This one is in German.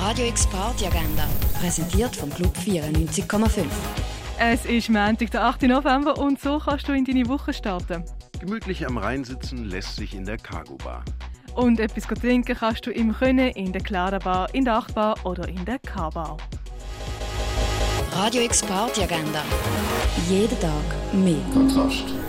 Radio X Party Agenda, präsentiert vom Club 94,5. Es ist Montag, der 8. November und so kannst du in deine Woche starten. Gemütlich am Rhein sitzen lässt sich in der Cargo Bar. Und etwas trinken kannst du im Können, in der Clara Bar, in der Achtbar oder in der K-Bar. Radio X Party Agenda. Jeden Tag mehr. Kontrast.